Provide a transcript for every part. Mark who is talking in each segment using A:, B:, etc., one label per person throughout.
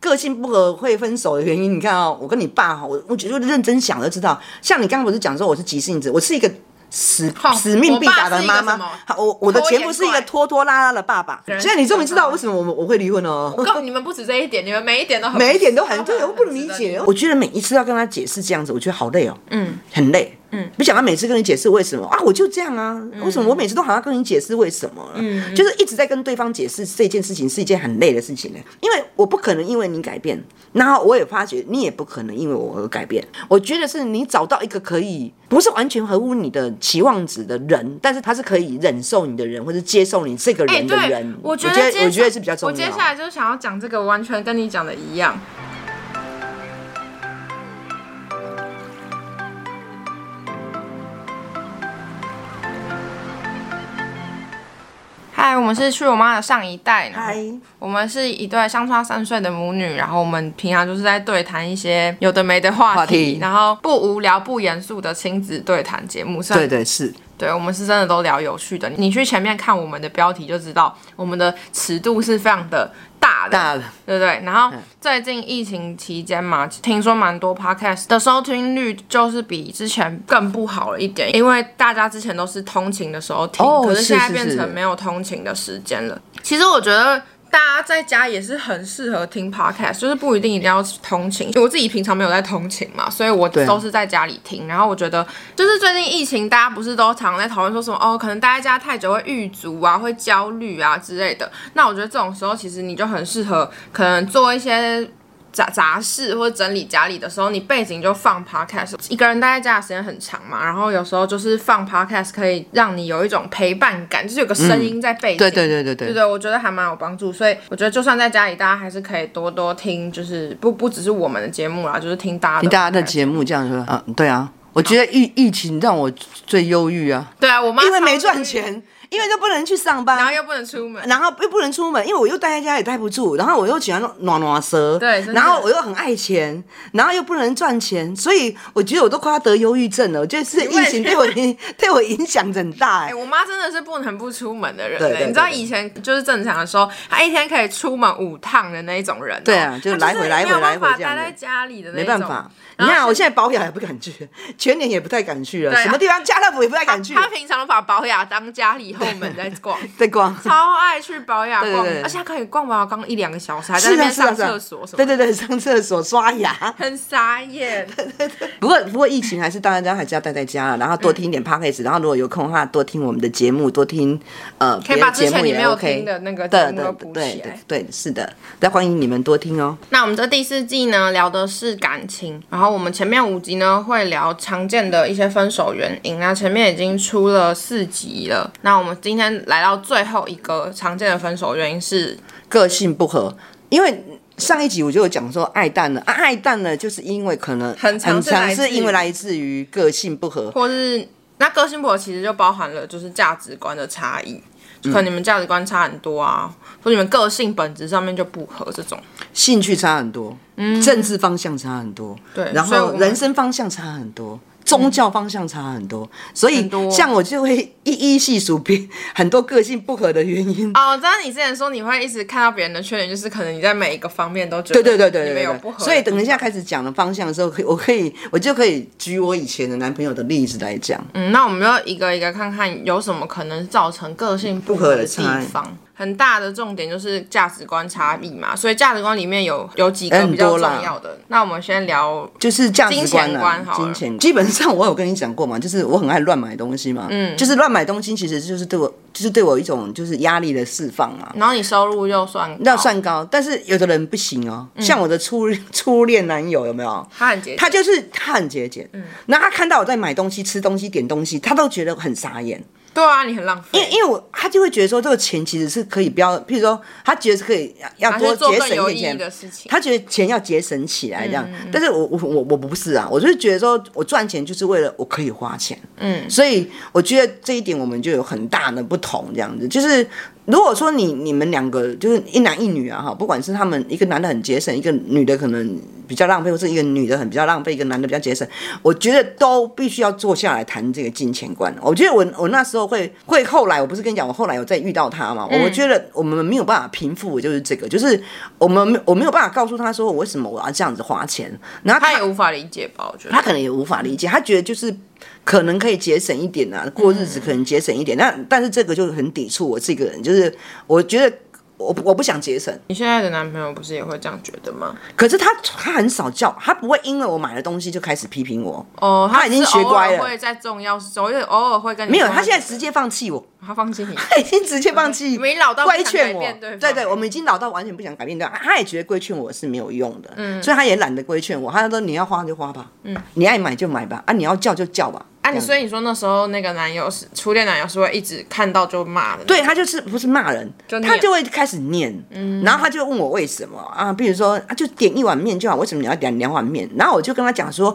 A: 个性不合会分手的原因，你看啊、我跟你爸哈，我我就认真想了，知道。像你刚刚不是讲说我是急性子，我是一个死
B: 好
A: 死命必打的妈
B: 我爸是一个什么
A: 妈。好，我我的
B: 拖延
A: 前夫是一个
B: 怪
A: 拖拖拉拉的爸爸。
B: 人
A: 现在你终于知
B: 啊
A: 道为什么我们我会离婚了哦。
B: 我告你们不止这一点，你们每一点都很
A: 每一点都很对，我不理
B: 很值
A: 解哦
B: 得。
A: 我觉得每一次要跟他解释这样子，我觉得好累哦，
B: 嗯，嗯
A: 很累，嗯。不想他每次跟你解释为什么啊，我就这样啊，为什么我每次都好像跟你解释为什么？嗯，就是一直在跟对方解释这件事情是一件很累的事情呢，因为我不可能因为你改变，然后我也发觉你也不可能因为我而改变。我觉得是你找到一个可以不是完全合乎你的期望值的人，但是他是可以忍受你的人，或者接受你这个
B: 哎，
A: 人的
B: 对
A: 人。，
B: 我觉
A: 我觉
B: 得
A: 得
B: 接下
A: 我觉得是比较重要。
B: 我接下来就想要讲这个，完全跟你讲的一样。嗨，我们是去我妈的上一代呢。
A: 嗨。
B: 我们是一对相差三岁的母女，然后我们平常就是在对谈一些有的没的话题，
A: 话题
B: 然后不无聊不严肃的亲子对谈节目。是很
A: 对对是，
B: 对，我们是真的都聊有趣的。你去前面看我们的标题就知道，我们的尺度是非常的大的，
A: 大的嗯
B: 对不对？然后最近疫情期间嘛，听说蛮多 podcast 的收听率就是比之前更不好了一点，因为大家之前都是通勤的时候听，
A: 哦
B: 可是
A: 是
B: 现在
A: 是
B: 变
A: 是
B: 成没有通勤的时间了。其实我觉得。大家在家也是很适合听 podcast，就是不一定一定要通勤。我自己平常没有在通勤嘛，所以我
A: 对啊
B: 都是在家里听。然后我觉得就是最近疫情，大家不是都常在讨论说什么哦，可能待在家太久会郁卒啊，会焦虑啊之类的。那我觉得这种时候，其实你就很适合，可能做一些。杂杂事或者整理家里的时候，你背景就放 podcast。一个人待在家的时间很长嘛，然后有时候就是放 podcast 可以让你有一种陪伴感，就是有个声音在背
A: 嗯
B: 景。
A: 对对对对对
B: 对对，我觉得还蛮有帮助，所以我觉得就算在家里，大家还是可以多多听，就是不不只是我们的节目啦，就是听大家的
A: 听大家的
B: podcast
A: 节目这样说，嗯，对啊，我觉得疫疫情让我最忧郁啊，
B: 对啊，我妈
A: 因为没
B: 超
A: 赚
B: 级，
A: 钱，因为都不能去上
B: 然后
A: 班，
B: 又不能出门，
A: 然后又不能出门，因为我又待在家也待不住，然后我又喜欢暖暖蛇，
B: 对真的
A: 然后我又很爱钱，然后又不能赚钱，所以我觉得我都快要得忧郁症了。我觉得是
B: 你为
A: 疫情对我影对我影响很大、
B: 哎、
A: 哎，
B: 我妈真的是不能不出门的人、欸
A: 对对对
B: 你知道以前就是正常的时候，她一天可以出门五趟的那一种人哦、
A: 对啊
B: 她
A: 就
B: 就是
A: 来回来回
B: 没有办
A: 来
B: 法
A: 回这样
B: 待
A: 子
B: 在家里的那
A: 没
B: 一
A: 办
B: 种。
A: 法。你
B: 然后
A: 看啊，我
B: 是
A: 现在保养也不敢去，全年也不太敢去了，
B: 对啊
A: 什么地方家乐福也不太敢去，
B: 她平常把保雅当家里后门在 逛，
A: 在逛。
B: 超爱去保雅逛，
A: 对对对
B: 而且她可以逛保雅逛一两个小时，还在那
A: 是啊是啊
B: 边上
A: 是啊
B: 厕所什么
A: 对
B: 的
A: 对对，上厕所、刷牙，
B: 很 傻眼。
A: 不过，不过疫情还是大家还是要待在家了，然后多听一点 podcast，、然后如果有空的话，多听我们的节目，多听呃
B: 可
A: 别
B: 以把
A: 的
B: 之
A: 节
B: 前
A: 目
B: 你
A: 也
B: 没有
A: OK
B: 听的那个节
A: 对
B: 目
A: 对
B: 都补
A: 对
B: 起来
A: 对对，是的，那欢迎你们多听哦。
B: 那我们这第四季呢，聊的是感情，然后我们前面五集呢会聊常见的一些分手原因，那前面已经出了四集了，那我们今天来到最后一个常见的分手原因是，
A: 个性不合，因为上一集我就有讲说爱淡了，啊、爱淡了就是因为可能
B: 很常
A: 很
B: 是来
A: 常是
B: 自于
A: 因为来自于个性不合，
B: 或是那个性不合其实就包含了就是价值观的差异，就可能你们价值观差很多啊，或者你们个性本质上面就不合这种，
A: 兴趣差很多，政治方向差很多，
B: 嗯对
A: 然
B: 所以我
A: 后
B: 们
A: 人生方向差很多。宗教方向差很多，所以
B: 嗯很多
A: 像我就会一一细数别很多个性不合的原因。
B: 哦，我知道你之前说你会一直看到别人的缺点，就是可能你在每一个方面都觉
A: 对
B: 得
A: 对对对
B: 你
A: 对
B: 们
A: 对
B: 有
A: 对
B: 不合的地方，
A: 所以等一下开始讲的方向的时候，可以我可以我就可以举我以前的男朋友的例子来讲。
B: 嗯，那我们要一个一个看看有什么可能造成个性不合的地方。很大的重点就是价值观差异嘛，所以价值观里面有有几个
A: 哎很
B: 比较
A: 多
B: 重
A: 啦
B: 要的。那我们先聊，
A: 就是价值观
B: 金钱
A: 啊
B: 观，好了
A: 金钱基本上我有跟你讲过嘛，就是我很爱乱买东西嘛，嗯，就是乱买东西其实就是对我就是对我一种就是压力的释放嘛，
B: 然后你收入又算
A: 那
B: 高
A: 算高，但是有的人不行哦，
B: 嗯
A: 像我的初初恋 男友有没有？
B: 他很节
A: 他就是他很节俭，嗯，然后他看到我在买东西、吃东西、点东西，他都觉得很傻眼，
B: 对啊，你很浪费，
A: 因为因为我他就会觉得说这个钱其实是可以不要，譬如说他觉得是可以要要
B: 拿去
A: 多
B: 做
A: 节
B: 更有
A: 省
B: 意
A: 一
B: 义
A: 点
B: 的
A: 钱，
B: 事情。嗯
A: 他觉得钱要节省起来这样。但是我我我我不是啊，我就是觉得说我赚钱就是为了我可以
B: 嗯
A: 花钱，嗯，所以我觉得这一点我们就有很大的不同这样子，就是。如果说你你们两个就是一男一女啊，哈，不管是他们一个男的很节省，一个女的可能比较浪费，或是一个女的很比较浪费，一个男的比较节省，我觉得都必须要坐下来谈这个金钱观。哦我觉得我我那时候会会后来，我不是跟你讲，我后来有再遇到他嘛，我觉得我们没有办法平复，就是这个，就是我们没我没有办法告诉他说我为什么我要这样子花钱，然后
B: 他也无法理解吧？我觉
A: 他
B: 得，
A: 可能也无法理解，他觉得就是可能可以节省一点
B: 嗯
A: 啊，过日子可能节省一点。那、但是这个就很抵触我这个人，就是我觉得我我不想节省，
B: 你现在的男朋友不是也会这样觉得吗？
A: 可是他他很少叫，他不会因为我买了东西就开始批评我，
B: 哦，
A: 他已经
B: 只是
A: 学乖
B: 偶
A: 了
B: 尔会在重要时候，因为偶尔会跟你
A: 没有，
B: 说
A: 他现在直接放弃我，
B: 他放弃你，啊
A: 他已经直接放弃，
B: 没嗯老到不
A: 规
B: 想
A: 劝
B: 改
A: 我
B: 变对方，
A: 对对，我们已经老到完全不想改变对方，他也觉得规劝我是没有用的，嗯，所以他也懒得规劝我，他说你要花就花吧，嗯，你爱买就买吧，啊，你要叫就叫吧，
B: 啊，
A: 这
B: 你
A: 样
B: 所以你说那时候那个男友是初恋男友是会一直看到就骂的，
A: 对，他就是不是骂人，
B: 就念嗯
A: 他就会开始念，然后他就问我为什么啊？比如说啊，就点一碗面就好，为什么你要点两碗面？然后我就跟他讲说，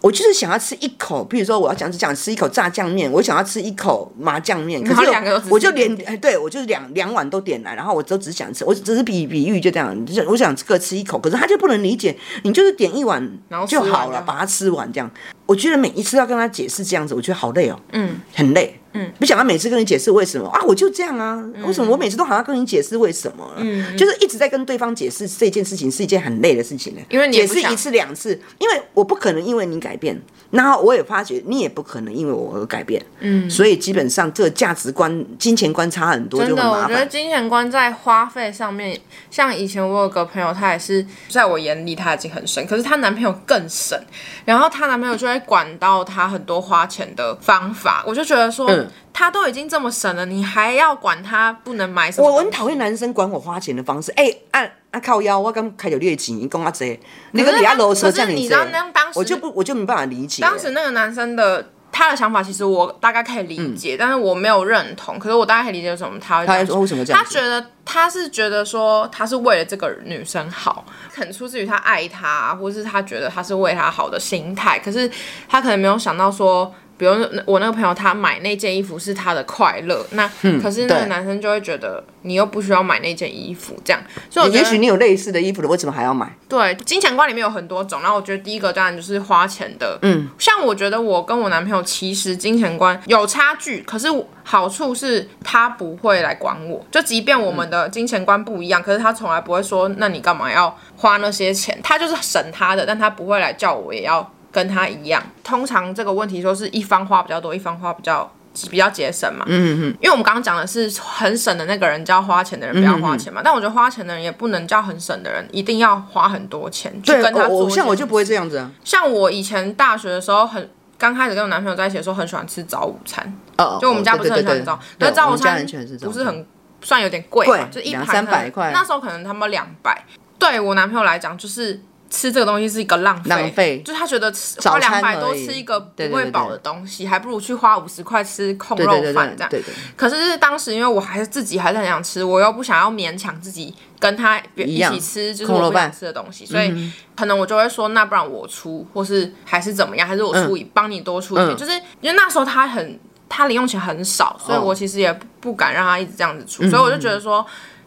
A: 我就是想要吃一口，比如说我要讲想吃一口炸酱面，我想要吃一口麻酱面，可
B: 然后
A: 是
B: 两个都只是
A: 我我就
B: 点
A: 连哎对我就两两碗都点来，然后我都只想吃，我只是比比喻就这样，就是我想各吃一口，可是他就不能理解，你就是点一碗
B: 然后吃
A: 就
B: 完
A: 好
B: 就
A: 了
B: 好，
A: 把它吃完这样。我觉得每一次要跟他解释这样子，我觉得好累哦，嗯，很累，嗯，不想他每次跟你解释为什么啊，我就这样啊，
B: 嗯
A: 为什么我每次都好像跟你解释为什么，嗯，就是一直在跟对方解释这件事情是一件很累的事情呢，
B: 因为你也
A: 解
B: 不
A: 释
B: 想
A: 一次两次，因为我不可能因为你改变，然后我也发觉你也不可能因为我而改变，嗯，所以基本上这个价值观、金钱观差很多，就
B: 真
A: 很
B: 的，我
A: 麻
B: 觉得
A: 烦。
B: 金钱观在花费上面，像以前我有个朋友，她也是在我眼里她已经很省，可是她男朋友更省，然后她男朋友就会管到她很多花钱的方法，我就觉得说，
A: 嗯
B: 她都已经这么省了，你还要管她不能买什么？
A: 我我很讨厌。男生管我花钱的方式，哎、按啊靠腰，我刚开始略钱，你讲啊这，你跟
B: 可是
A: 底下
B: 他
A: 楼车
B: 可
A: 这
B: 是
A: 样
B: 你
A: 你
B: 知道那当时
A: 我就不我就没办法理解。
B: 当时那个男生的他的想法，其实我大概可以理解，但是我没有认同。可是我大概可以理解为什么他
A: 嗯
B: 会这
A: 他
B: 样
A: 还
B: 做
A: 说为什么这样
B: 他
A: 子？
B: 觉得他是觉得说他是为了这个女生好，可能出自于他爱她，或是他觉得他是为她好的心态。可是他可能没有想到说，比如我那个朋友他买那件衣服是他的快乐，那、可是那个
A: 嗯对
B: 男生就会觉得你又不需要买那件衣服这样。所以我觉
A: 也
B: 得
A: 许你有类似的衣服了，为什么还要买？
B: 对，金钱观里面有很多种，然后我觉得第一个当然就是花钱的，嗯，像我觉得我跟我男朋友其实金钱观有差距，可是我好处是他不会来管我，就即便我们的金钱观不一样，可是他从来不会说那你干嘛要花那些钱，他就是省他的，但他不会来叫我也要跟他一样。通常这个问题说是一方花比较多，一方花比较。比较节省嘛，因为我们刚刚讲的是很省的那个人叫花钱的人不要
A: 嗯
B: 花钱嘛，但我觉得花钱的人也不能叫很省的人一定要花很多钱去
A: 对，
B: 跟
A: 我
B: 他做一
A: 我
B: 件
A: 像我就
B: 事
A: 不会这样子啊。
B: 像我以前大学的时候很。刚开始跟我男朋友在一起的时候，很喜欢吃早午餐，
A: 哦，
B: 就我们家不是很喜欢吃早，那
A: 早
B: 早午餐不是很算有点贵嘛，
A: 贵
B: 就一
A: 两
B: 盘
A: 三
B: 可能
A: 百块
B: 那时候可能他们两百，对我男朋友来讲，就是吃这个东西是一个浪费，
A: 浪费
B: 就是他觉得吃花
A: 早餐
B: 两百多
A: 而已
B: 吃一个不
A: 对对
B: 会
A: 对
B: 饱
A: 对
B: 的东西，还不如去花五十块吃控
A: 对
B: 肉
A: 对对
B: 饭
A: 对
B: 这样。
A: 对对，
B: 可是当时因为我还是自己还是很想吃，我又不想要勉强自己跟他一
A: 样
B: 起吃，就是
A: 空
B: 我
A: 楼
B: 不想
A: 饭
B: 吃的东西，
A: 嗯
B: 所以可能我就会说，那不然我出，或是还是怎么样，还是我出一帮你多出一点，
A: 嗯
B: 就是因为那时候他很他零用钱很少，所以
A: 哦嗯
B: 我其实也不不敢让他一直这样子出，所以我就觉得说。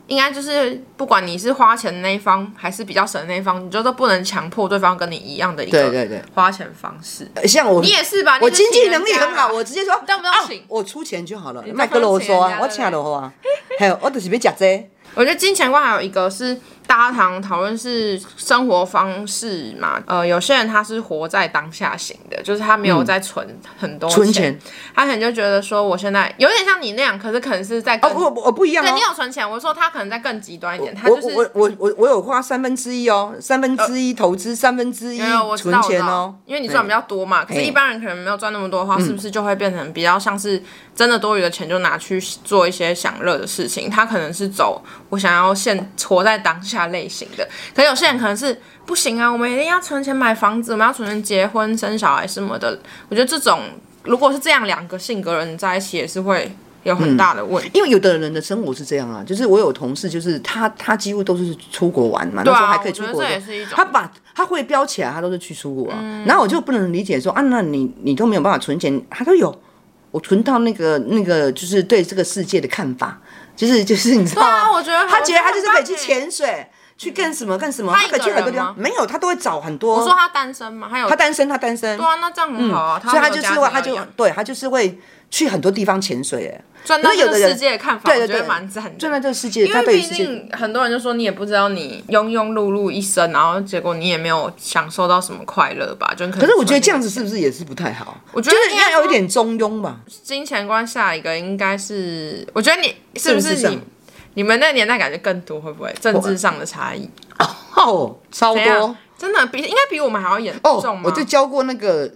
B: 应该就是不管你是花钱的那一方，还是比较省的那一方，你就都不能强迫对方跟你一样的一
A: 对对
B: 个
A: 对
B: 花钱方式。
A: 呃像我
B: 你也是吧？
A: 我
B: 你也
A: 经
B: 是
A: 济
B: 请人
A: 能力
B: 家
A: 很好，
B: 嘛
A: 我直接说
B: 但我们
A: 啊
B: 要请
A: 我出钱就好了，
B: 就
A: 麦克罗说啊，
B: 不
A: 我
B: 能请
A: 请
B: 人家
A: 罗啊，还有我就是要 吃这个，
B: 我觉得金钱观还有一个是大家常讨论是生活方式嘛，呃，有些人他是活在当下型的，就是他没有在存很多
A: 存
B: 钱
A: 钱，
B: 他可能就觉得说我现在有点像你那样，可是可能是在更、
A: 哦不我我不一样
B: 对
A: 哦
B: 你。有存钱，我说他可能在更极端一点，他
A: 我
B: 就
A: 我
B: 是。
A: 我我我有花三分之一哦，三分之一投资，三分之一
B: 没有，我知
A: 存
B: 道，我知
A: 钱
B: 道，
A: 哦。嗯
B: 因为你赚比较多嘛。可是，一般人可能没有赚那么多的话，是不是就会变成比较像是真的多余的钱就拿去做一些享乐的事情？他可能是走我想要现活在当下类型的，可有些人可能是不行啊，我们一定要存钱买房子，我们要存钱结婚生小孩什么的。我觉得这种如果是这样两个性格人在一起，也是会有很大的问题。
A: 因为有的人的生活是这样啊，就是我有同事，就是他他几乎都是出国玩嘛，
B: 啊
A: 那时候还可以出
B: 我
A: 国
B: 觉得
A: 的
B: 这也是一种嗯
A: 他把他会标起来，他都是去出国啊。然后我就不能理解说啊，那你你都没有办法存钱，他都有，我存到那个那个就是对这个世界的看法。就是就是你知道吗？
B: 对啊我觉得
A: 他觉得他就是可以去
B: 我觉得很棒欸
A: 潜水，去干什么干什么，他可以
B: 他一个
A: 去很多
B: 人
A: 地方。
B: 吗
A: 没有，他都会找很多。
B: 我说他单身嘛，还有
A: 他单身，他单身，
B: 对啊，那这样很好啊。
A: 所以他
B: 没
A: 就是
B: 有家庭啊
A: 会，
B: 要
A: 他就
B: 养
A: 对他就是会去很多地方潜水。哎，
B: 转到
A: 可是有
B: 这
A: 的
B: 个
A: 人
B: 世界的看法，
A: 对对
B: 我觉
A: 对
B: 得蛮赞
A: 就
B: 的。
A: 那这个世界，
B: 因
A: 他
B: 为
A: 对于
B: 毕
A: 世界，
B: 竟很多人就说你也不知道你庸庸碌碌一生，然后结果你也没有享受到什么快乐吧？就可
A: 可
B: 能
A: 是我觉得这
B: 存
A: 样子是不是也是不太好？
B: 我觉
A: 就
B: 得
A: 是
B: 应该
A: 要有一
B: 说
A: 点中庸吧。
B: 金钱观下一个应该是，我觉得你是
A: 政
B: 不
A: 治
B: 是
A: 上
B: 你你们那个年代感觉更多会不会政治上的差异？
A: 哦，超
B: 怎
A: 多
B: 样？真的比应该比我们还要严重
A: 哦
B: 吗，？
A: 我就教过那个呃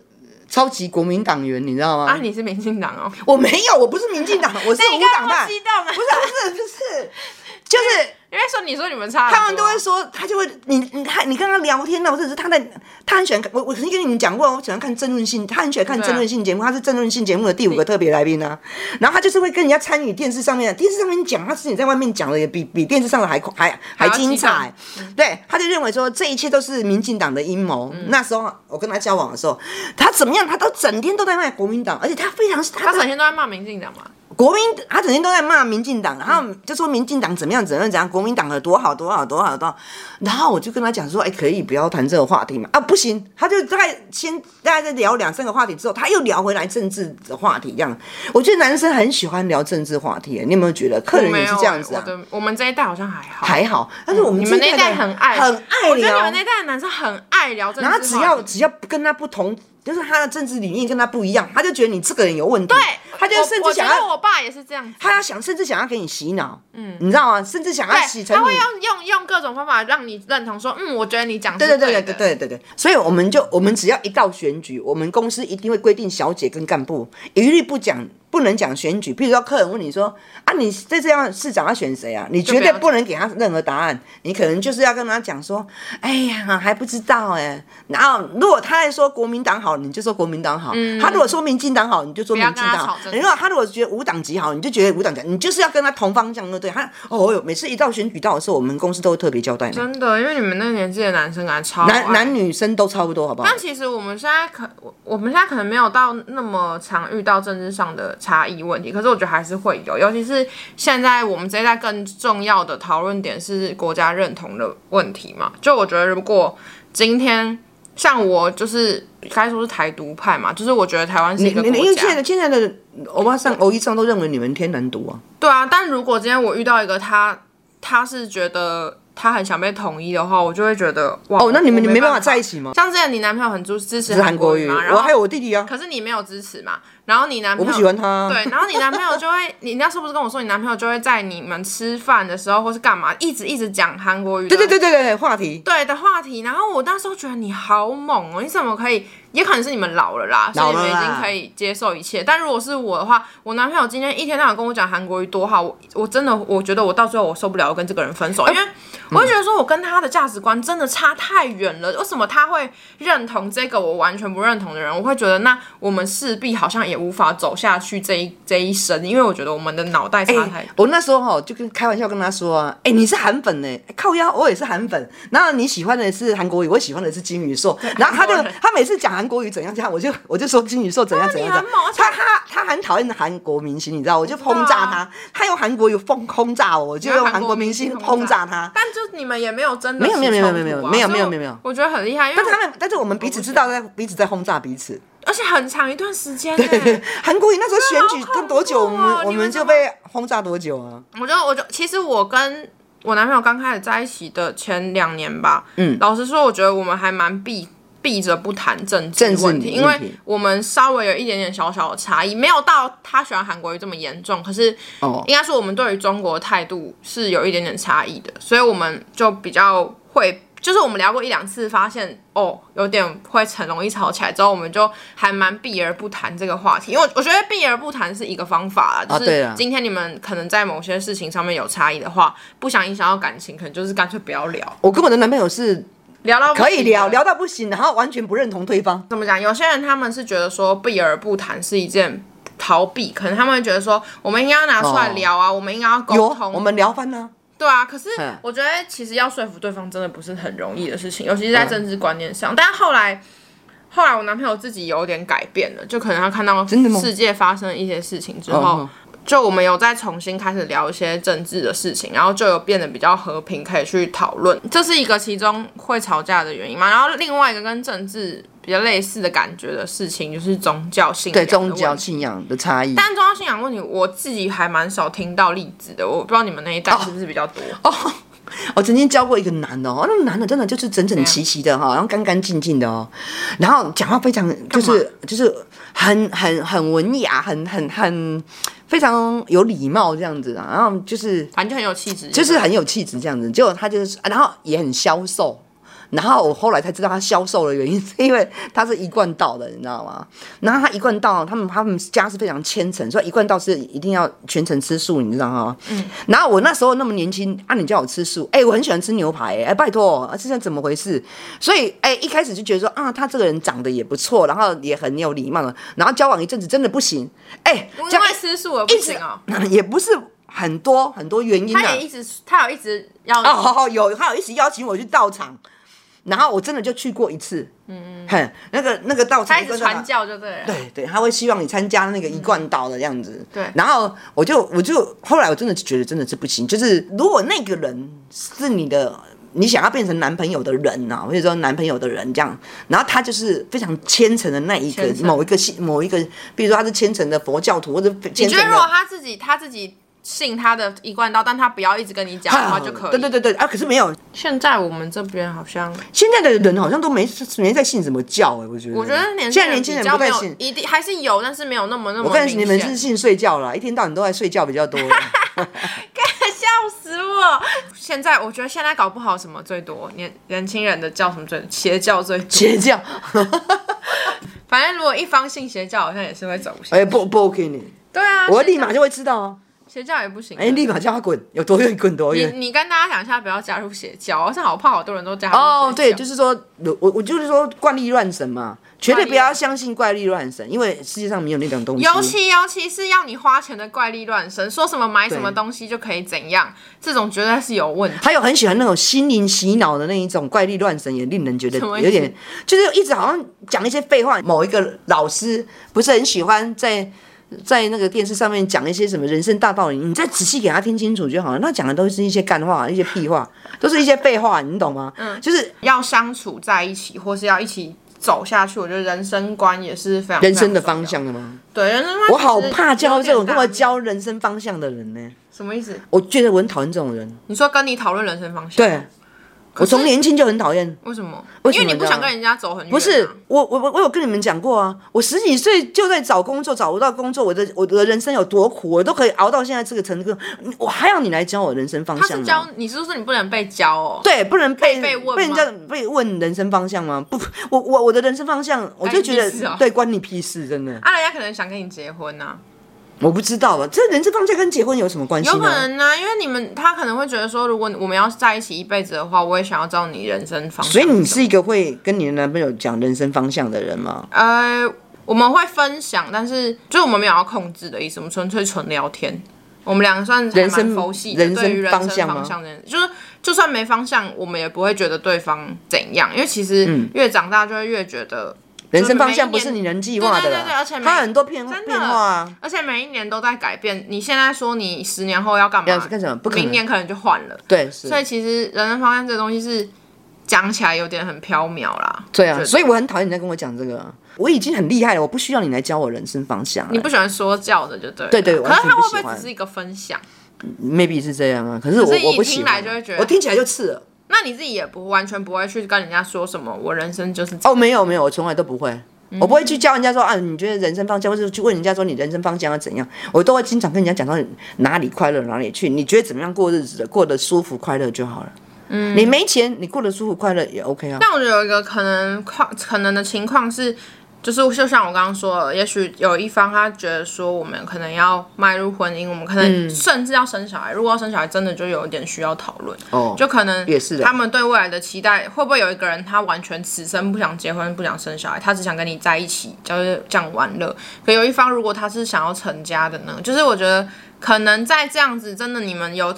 A: 超级国民党员，你知道吗？
B: 啊，你是民 进党哦，
A: 我没有，我不是民进党，我是
B: 你
A: 无党
B: 干嘛
A: 派。
B: 激动啊？
A: 不是不是不是， 就是
B: 因为说你说你们差很多，
A: 他们都会说，他就会你你他你跟他聊天呢，或者是他在他很喜欢看我我曾经跟你们讲过，我喜欢看争论性，他很喜欢看
B: 对啊
A: 争论性节目，他是争论性节目的第五个特别来宾啊。然后他就是会跟人家参与电视上面的，电视上面讲，他自己在外面讲的也比比电视上的还还还
B: 要
A: 精
B: 激动嗯
A: 彩。对，他就认为说这一切都是民进党的阴谋。那时候我跟他交往的时候，他怎么样，他都整天都在骂国民党，而且他非常他
B: 他
A: 的
B: 整天都在骂民进党嘛。
A: 国民他整天都在骂民进
B: 嗯
A: 党，然后就说民进党怎么样怎么样怎样，国民党有多好多好多好多好。然后我就跟他讲说，哎，可以不要谈这个话题嘛？啊，不行，他就大概先大概在聊两三个话题之后，他又聊回来政治的话题，这样。我觉得男生很喜欢聊政治话题，你有没有觉得？客
B: 我
A: 人
B: 没
A: 也
B: 有欸
A: 是这样子
B: 哦我
A: 啊，
B: 的我们这一代好像还好，
A: 还好。但是我们
B: 你们
A: 这
B: 那
A: 一
B: 一代
A: 的
B: 很爱
A: 很爱
B: 我觉得你
A: 聊
B: 们，那一代的男生很爱聊政治
A: 然
B: 话
A: 后
B: 题，
A: 只要只要跟他不同，就是他的政治理念跟他不一样，他就觉得你这个人有问题，对
B: 对，
A: 他就
B: 我
A: 甚
B: 我
A: 至想
B: 觉
A: 要
B: 得我爸也是这样子，
A: 他要想，甚至想要给你洗脑，嗯，你知道吗？甚至想要洗
B: 对，
A: 成
B: 他
A: 你
B: 会，用用用各种方法让你认同，说嗯，我觉得你讲是
A: 对
B: 对
A: 对对
B: 的
A: 对对对对。所以我们就，我们只要一到选举，我们公司一定会规定小姐跟干部一律不讲，不能讲选举。比如说客人问你说啊，你这次要市长要选谁啊？你绝对
B: 不要
A: 不能给他任何答案，你可能就是要跟他讲说，哎呀，还不知道哎、然后如果他在说国民党好，你就说国民党好；他如果说民进党好，你就说民进
B: 嗯不要
A: 党
B: 跟他
A: 好
B: 吵。争
A: 你如果他如果觉得无党籍好，你就觉得无党籍好，你就是要跟他同方向的对。他哦哟，每次一到选举到的时候，我们公司都会特别交代你，
B: 真的，因为你们那个年纪的男生感觉超
A: 男
B: 爱
A: 男女生都差不多，好不好？
B: 但其实我们现在可，我我们现在可能没有到那么常遇到政治上的差异问题，可是我觉得还是会有，尤其是现在我们这一代更重要的讨论点是国家认同的问题嘛。就我觉得，如果今天像我就是该说是台独派嘛，就是我觉得台湾是
A: 你
B: 一个
A: 你
B: 国
A: 你因为现
B: 家
A: 在，的现在的欧巴上、欧一上都认为你们天然毒啊，
B: 对啊。但如果今天我遇到一个他，他是觉得他很想被统一的话，我就会觉得哇，
A: 哦，那你们
B: 我
A: 你没办法在
B: 意。
A: 一起吗？
B: 像之前你男朋友很支支持
A: 是韩国
B: 语
A: 语，
B: 嘛，然后
A: 我还有我弟弟啊，
B: 可是你没有支持嘛，然后你男
A: 我
B: 朋友
A: 不喜欢他啊，
B: 对，然后你男朋友就 会，你那时候不是跟我说，你男朋友就会在你们吃饭的时候或是干嘛，一直一直讲韩国语的，
A: 对对对对对，话题
B: 对的话题。然后我那时候觉得你好猛哦，你怎么可以？也可能是你们老了啦，
A: 老
B: 所
A: 了
B: 以你们已
A: 啦
B: 经可以接受一切。但如果是我的话，我男朋友今天一天到晚跟我讲韩国语多好，我我真的我觉得我到最后我受不了，我跟这个人分手，
A: 哎
B: 因为我会觉得说我跟他的价值观真的差太远了。为什么他会认同这个我完全不认同的人？我会觉得那我们势必好像也无法走下去这一这一生，因为我觉得我们的脑袋差
A: 哎、
B: 太。
A: 我那时候哈就跟开玩笑跟他说啊，哎、你是韩粉呢、靠腰我也是韩粉，然后你喜欢的是韩国语，我喜欢的是金宇硕，然后他就
B: 韩国人
A: 他每次讲韩国语怎样怎样，我就我就说金宇硕怎样怎样怎样
B: 你很猛而，且
A: 他他他很讨厌韩国明星，你知道，我就轰炸他，他用韩国语轰轰炸我，我就用啊韩国明星轰炸他。
B: 但就你们也没有真的
A: 没有没有
B: 起
A: 没有
B: 冲
A: 没有
B: 突啊
A: 没有
B: 所
A: 没
B: 以
A: 有
B: 我
A: 没有没有
B: 我觉得很厉害，因为
A: 但是他们，但是我们彼此知道在彼此在轰炸彼此。
B: 而且很长一段时间、
A: 对
B: 欸。
A: 韩国语那时候选举
B: 好恐
A: 都
B: 怖
A: 多久，我
B: 哦
A: 们我
B: 你们
A: 们
B: 怎
A: 就
B: 么
A: 被轰炸多久啊？
B: 我就我就其实我跟我男朋友刚开始在一起的前两年吧，嗯，老实说，我觉得我们还蛮避避着不谈政治
A: 政治
B: 问题，因
A: 问
B: 为
A: 题嗯
B: 我们稍微有一点点小小的差异，没有到他喜欢韩国瑜这么严重，可是
A: 哦
B: 应该说我们对于中国的态度是有一点点差异的，所以我们就比较会。就是我们聊过一两次，发现哦，有点会很容易吵起来，之后我们就还蛮避而不谈这个话题，因为我我觉得避而不谈是一个方法啦，
A: 啊
B: 就
A: 对
B: 是
A: 啊
B: 今天你们可能在某些事情上面有差异的话，不想影响到感情，可能就是干脆不要聊，
A: 我跟我的男朋友是
B: 聊到不
A: 可以
B: 行
A: 聊
B: 的
A: 聊到不行，然后完全不认同对方。
B: 怎么讲？有些人他们是觉得说避而不谈是一件逃避，可能他们会觉得说我们应该要拿出来聊啊，我们应该要
A: 哦有
B: 沟
A: 啊，
B: 通，
A: 我们聊翻啦、
B: 对啊。可是
A: 嗯
B: 我觉得其实要说服对方真的不是很容易的事情，尤其是
A: 嗯
B: 在政治观念上。但后来。后来我男朋友自己有点改变了，就可能他看到
A: 真的吗
B: 世界发生一些事情之
A: 哦
B: 后，就我们有再重新开始聊一些政治的事情，然后就有变得比较和平，可以去讨论，这是一个其中会吵架的原因嘛。然后另外一个跟政治比较类似的感觉的事情，就是宗教信仰
A: 对
B: 的问
A: 宗
B: 题。
A: 教信仰的差异。
B: 但宗教信仰问题，我自己还蛮少听到例子的，我不知道你们那一代是不是比较多。
A: 哦，我曾经教过一个男的哦，那个男的真的就是整整齐齐的哈、然后干干净净的哦，然后讲话非常就是就是很很很文雅，很很很非常有礼貌这样子啊，然后就是
B: 反正就很有气质，
A: 就是很有气质这样子。结果他就是，啊然后也很消瘦。然后我后来才知道他消瘦的原因，是因为他是一贯道的，你知道吗？然后他一贯道，他们他们家是非常虔诚，所以一贯道是一定要全程吃素，你知道吗？嗯。然后我那时候那么年轻，啊，你叫我吃素，哎、我很喜欢吃牛排、哎、拜托，啊，这是怎么回事？所以，哎、一开始就觉得说啊，他这个人长得也不错，然后也很有礼貌，然后交往一阵子真的不行，哎、
B: 因
A: 这样
B: 为吃素而不
A: 一直
B: 行哦。
A: 也不是很多很多原因、啊，
B: 他也一直，他有一直要
A: 哦，好好有，他有一直邀请我去道场，然后我真的就去过一次，嗯，哼，那个那个道场
B: 他一直传，教就对了。
A: 对对，他会希望你参加那个一贯道的样子，
B: 嗯对
A: 然后我就我就后来我真的觉得真的是不行，就是如果那个人是你的。你想要变成男朋友的人呐、啊，或者说男朋友的人这样，然后他就是非常虔诚的那一个
B: 虔诚
A: 某一个信某一个，比如说他是虔诚的佛教徒或者虔
B: 你觉
A: 诚
B: 得
A: 的。
B: 如果他自己他自己信他的一贯道，但他不要一直跟你讲的话就可以。
A: 啊对对对嗯对啊！可是没有，
B: 现在我们这边好像，
A: 现在的人好像都没没在信什么教哎、我觉得。
B: 我觉得年
A: 现在年轻人
B: 轻比较
A: 不
B: 没
A: 太
B: 有
A: 信，。
B: 一定还是有，但是没有那么那么
A: 我看
B: 明
A: 你们
B: 显
A: 是信睡觉啦，一天到晚都在睡觉比较多。
B: 笑死我！现在我觉得现在搞不好什么最多，年年轻人的叫什么最邪教最多。
A: 邪教，
B: 反正如果一方信邪教，好像也是会走不下。
A: 哎、不不 OK 你，
B: 对啊，
A: 我
B: 邪
A: 立马就会知道哦。
B: 邪教也不行。啊
A: 哎、立马叫他滚，有多远滚多
B: 你
A: 远。
B: 你跟大家讲一下，不要加入邪教，我是好怕好多人都加入邪教。
A: 哦，对，就是说，我我就是说惯例乱神嘛，绝对不要相信怪力乱神，因为世界上没有那种东西。
B: 尤其尤其是要你花钱的怪力乱神，说什么买什么
A: 对
B: 东西就可以怎样，这种绝对是有问题。
A: 还有很喜欢那种心灵洗脑的那一种怪力乱神，也令人觉得
B: 什么意思
A: 有点，就是一直好像讲一些废话。某一个老师不是很喜欢在在那个电视上面讲一些什么人生大道理，你再仔细给他听清楚就好了。那讲的都是一些干话，一些屁话，都是一些废话，你懂吗？嗯，就是
B: 要相处在一起，或是要一起走下去，我觉得人生观也是非常
A: 人生的方，
B: 非常重
A: 向了吗？
B: 要对人生观。
A: 我好怕教这种跟我，教人生方向的人呢、
B: 什么意思？
A: 我觉得我很讨厌这种人。
B: 你说跟你讨论人生方向，，
A: 对，我从年轻就很讨厌。
B: 为什么？
A: 为什
B: 因
A: 么
B: 为你
A: 你知
B: 不
A: 道
B: 想
A: 吗
B: 跟人家走很远、啊
A: 不是，我我我我有跟你们讲过啊，我十几岁就在找工作，找不到工作，我的我的人生有多苦，我都可以熬到现在这个程度，你我还要你来教我人生方
B: 他
A: 向
B: 是
A: 吗？
B: 教你，是不是你不能被教哦？
A: 对，不能被
B: 被问
A: 人
B: 吗
A: 家被问人生方向吗？不，我我我的人生方向，我就觉
B: 关你屁事
A: 得、
B: 哦
A: 对，关你屁事，真的，
B: 啊，人家可能想跟你结婚啊呐、
A: 我不知道啊，这人生方向跟结婚有什么关系
B: 有可
A: 呢？
B: 能呢、因为你们他可能会觉得说，如果我们要在一起一辈子的话，我也想要知道你人生方向。
A: 所以你是一个会跟你的男朋友讲人生方向的人吗？
B: 呃，我们会分享，但是就是我们没有要控制的意思，我们纯粹纯聊天。我们两个算是还
A: 人生
B: 蛮佛系的，
A: 人生
B: 对于人生
A: 方向吗
B: 方向的，就是就算没方向，我们也不会觉得对方怎样，因为其
A: 嗯
B: 实越长大就会越觉得，
A: 人生方向不是你能计划的啦，
B: 对对对对而且每
A: 它有很多变
B: 真的
A: 变化啊。
B: 而且每一年都在改变。你现在说你十年后要干嘛？
A: 要干什么不可能
B: 明年可能就换了。
A: 对，是
B: 所以其实人生方向这个东西是讲起来有点很缥缈啦。
A: 对啊，所
B: 以
A: 以我很讨厌你在跟我讲这个啊，我已经很厉害了，我不需要你来教我人生方向啊。
B: 你不喜欢说教的就对了。
A: 对对
B: 可是
A: 完全
B: 它
A: 不
B: 会
A: 喜
B: 不会
A: 欢
B: 只是一个分享？
A: maybe 是这样啊，可是我
B: 可是一
A: 我不喜
B: 听
A: 欢啊，
B: 来就会觉得
A: 我听起来就刺耳。
B: 那你自己也不完全不会去跟人家说什么，我人生就是这样。
A: 哦，没有没有，我从来都不会。
B: 嗯
A: 我不会去教人家说啊，你觉得人生方向，或是去问人家说你人生方向要怎样，我都会经常跟人家讲到哪里快乐哪里去，你觉得怎么样过日子的，过得舒服快乐就好了。嗯，你没钱，你过得舒服快乐也 OK 啊。
B: 但我觉得有一个可能况，可能的情况是，就是就像我刚刚说的，也许有一方他觉得说我们可能要迈入婚姻，我们可
A: 嗯
B: 能甚至要生小孩。如果要生小孩，真的就有点需要讨论。
A: 哦，
B: 就可能
A: 也是的
B: 他们对未来的期待，会不会有一个人他完全此生不想结婚、不想生小孩，他只想跟你在一起，就是这样玩乐。可有一方如果他是想要成家的呢，就是我觉得可能在这样子，真的你们有。